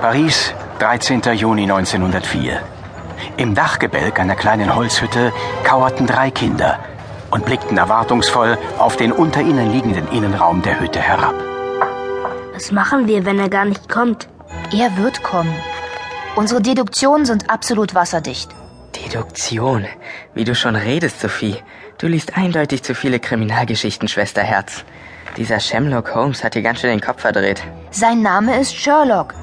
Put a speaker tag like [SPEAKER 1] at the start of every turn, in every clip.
[SPEAKER 1] Paris, 13. Juni 1904. Im Dachgebälk einer kleinen Holzhütte kauerten drei Kinder und blickten erwartungsvoll auf den unter ihnen liegenden Innenraum der Hütte herab.
[SPEAKER 2] Was machen wir, wenn er gar nicht kommt?
[SPEAKER 3] Er wird kommen. Unsere Deduktionen sind absolut wasserdicht.
[SPEAKER 4] Deduktion. Wie du schon redest, Sophie. Du liest eindeutig zu viele Kriminalgeschichten, Schwesterherz. Dieser Sherlock Holmes hat dir ganz schön den Kopf verdreht.
[SPEAKER 3] Sein Name ist Sherlock.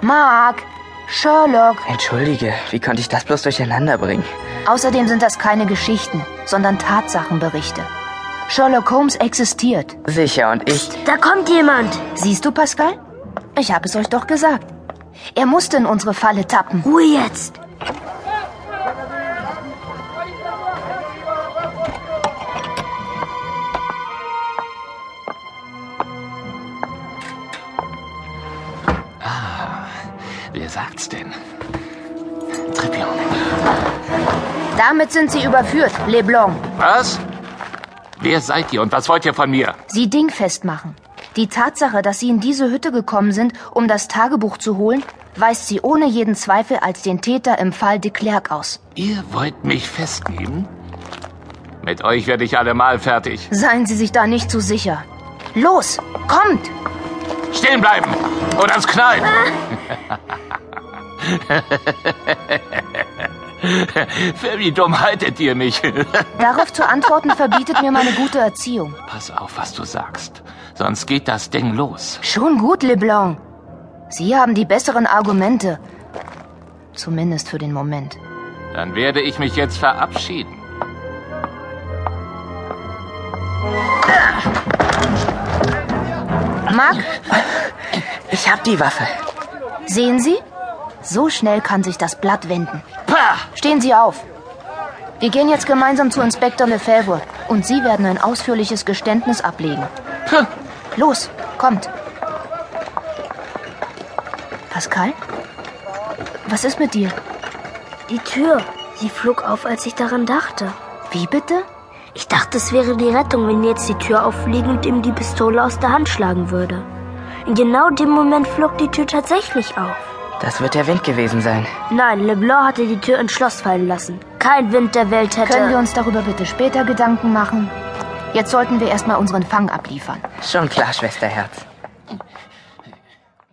[SPEAKER 3] Mark, Sherlock.
[SPEAKER 4] Entschuldige, wie konnte ich das bloß durcheinander bringen?
[SPEAKER 3] Außerdem sind das keine Geschichten, sondern Tatsachenberichte. Sherlock Holmes existiert.
[SPEAKER 4] Sicher, und ich.
[SPEAKER 2] Da kommt jemand.
[SPEAKER 3] Siehst du, Pascal? Ich habe es euch doch gesagt. Er musste in unsere Falle tappen.
[SPEAKER 2] Ruhe jetzt.
[SPEAKER 5] Wer sagt's denn? Trepion.
[SPEAKER 3] Damit sind sie überführt, Leblanc.
[SPEAKER 5] Was? Wer seid ihr und was wollt ihr von mir?
[SPEAKER 3] Sie dingfest machen. Die Tatsache, dass sie in diese Hütte gekommen sind, um das Tagebuch zu holen, weist sie ohne jeden Zweifel als den Täter im Fall de Klerk aus.
[SPEAKER 5] Ihr wollt mich festnehmen? Mit euch werde ich allemal fertig.
[SPEAKER 3] Seien Sie sich da nicht so sicher. Los, kommt!
[SPEAKER 5] Stehen bleiben! Oder es knallt! Für wie dumm haltet ihr mich?
[SPEAKER 3] Darauf zu antworten verbietet mir meine gute Erziehung.
[SPEAKER 5] Pass auf, was du sagst. Sonst geht das Ding los.
[SPEAKER 3] Schon gut, Leblanc. Sie haben die besseren Argumente. Zumindest für den Moment.
[SPEAKER 5] Dann werde ich mich jetzt verabschieden.
[SPEAKER 3] Mark,
[SPEAKER 4] Ich hab die Waffe.
[SPEAKER 3] sehen Sie? So schnell kann sich das Blatt wenden.
[SPEAKER 5] Pah!
[SPEAKER 3] Stehen Sie auf. Wir gehen jetzt gemeinsam zu Inspektor Lefebvre und Sie werden ein ausführliches Geständnis ablegen. Los, kommt. Pascal? Was ist mit dir?
[SPEAKER 2] Die Tür. Sie flog auf, als ich daran dachte.
[SPEAKER 3] Wie bitte?
[SPEAKER 2] Ich dachte, es wäre die Rettung, wenn jetzt die Tür auffliegen und ihm die Pistole aus der Hand schlagen würde. In genau dem Moment flog die Tür tatsächlich auf.
[SPEAKER 4] Das wird der Wind gewesen sein.
[SPEAKER 2] Nein, Leblanc hatte die Tür ins Schloss fallen lassen. Kein Wind der Welt hätte.
[SPEAKER 3] Können wir uns darüber bitte später Gedanken machen? Jetzt sollten wir erstmal unseren Fang abliefern.
[SPEAKER 4] Schon klar, Schwesterherz.